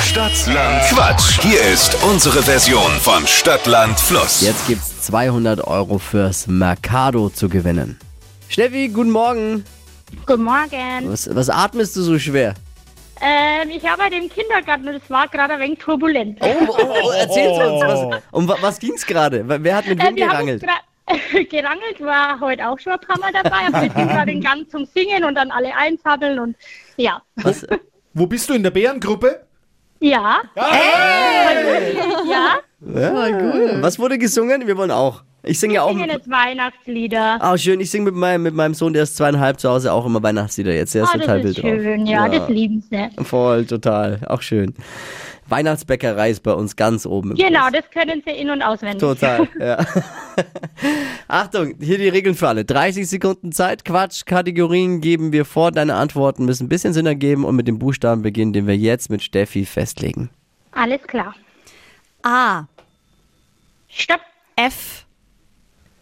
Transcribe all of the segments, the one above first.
Stadtland Quatsch. Hier ist unsere Version von Stadtland Fluss. Jetzt gibt's 200 Euro fürs Mercado zu gewinnen. Steffi, guten Morgen. Guten Morgen. Was, was atmest du so schwer? Ähm, ich arbeite im Kindergarten und es war gerade ein wenig turbulent. Oh, oh, oh erzähl's uns. Was, um wa- was ging's gerade? Wa- Wer hat mit wem Äh, wir haben uns gerangelt? gra- gerangelt war heute auch schon ein paar Mal dabei, aber wir sind gerade den Gang zum Singen und dann alle einsammeln und ja. Was? Wo bist du in der Bärengruppe? Ja. Ja, was wurde gesungen? Wir wollen auch. Ich singe ja auch. singen jetzt Weihnachtslieder. Ah, schön. Ich singe mit meinem, mit meinem Sohn, der ist zweieinhalb zu Hause, auch immer Weihnachtslieder jetzt. Der ist Ah, total das ist wild drauf. schön, ja, das lieben sie. Voll, total. Auch schön. Weihnachtsbäckerei ist bei uns ganz oben im Genau, Kurs. das können sie in- und auswendig. Total, ja. Achtung, hier die Regeln für alle. 30 Sekunden Zeit, Quatsch, Kategorien geben wir vor. Deine Antworten müssen ein bisschen Sinn ergeben und mit dem Buchstaben beginnen, den wir jetzt mit Steffi festlegen. Alles klar. A. Stopp. F.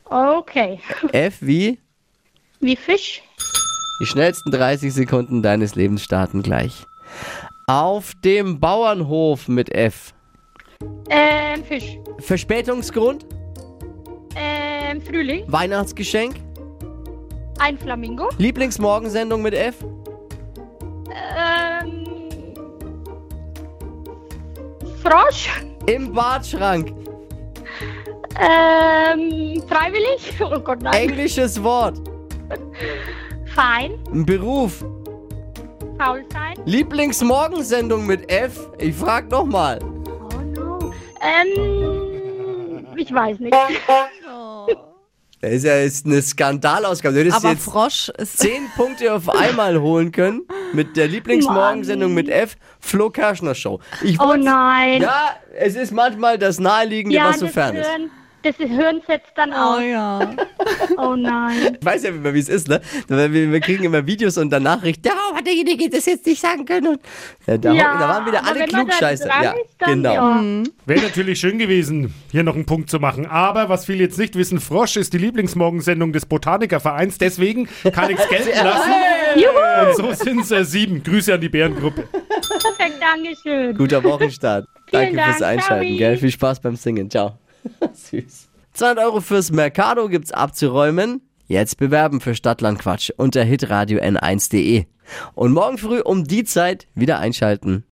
Okay. F wie? Wie Fisch? Die schnellsten 30 Sekunden deines Lebens starten gleich. Auf dem Bauernhof mit F. Ähm, Fisch. Verspätungsgrund, Ähm, Frühling. Weihnachtsgeschenk, Ein Flamingo. Lieblingsmorgensendung mit F. Ähm. Frosch. Im Badschrank. Ähm. Freiwillig. Oh Gott, nein. Englisches Wort. Fein. Beruf. Faul sein. Lieblingsmorgensendung mit F. Ich frag nochmal. Oh no. Ähm. Ich weiß nicht. Das ist ja jetzt eine Skandalausgabe. Du hättest Aber jetzt Frosch ist. zehn Punkte auf einmal holen können mit der Lieblingsmorgensendung mit F. Flo Kerschner Show. Ich Oh wollte- nein. Ja, es ist manchmal das Naheliegende, was so das fern ist. Hirn, das Hirn setzt dann Oh aus. ja. Oh nein. Ich weiß ja immer, wie es ist, ne? Weil Wir, wir kriegen immer Videos und dann Nachrichten. Da hat derjenige das jetzt nicht sagen können. Und, ja, da, Ja, da waren wieder aber alle wenn man da Klugscheißer. dran Ja, ist, dann genau. ja. Wäre natürlich schön gewesen, hier noch einen Punkt zu machen. Aber was viele jetzt nicht wissen, Frosch ist die Lieblingsmorgensendung des Botanikervereins. Deswegen kann ich es gelten lassen. Und so sind es äh, sieben. Grüße an die Bärengruppe. Perfekt, Dankeschön. Guter Wochenstart. Danke Vielen fürs Dank, Einschalten, sorry. gell? Viel Spaß beim Singen. Ciao. Süß. 200 Euro fürs Mercado gibt's abzuräumen. Jetzt bewerben für Stadtlandquatsch unter hitradio n1.de. Und morgen früh um die Zeit wieder einschalten.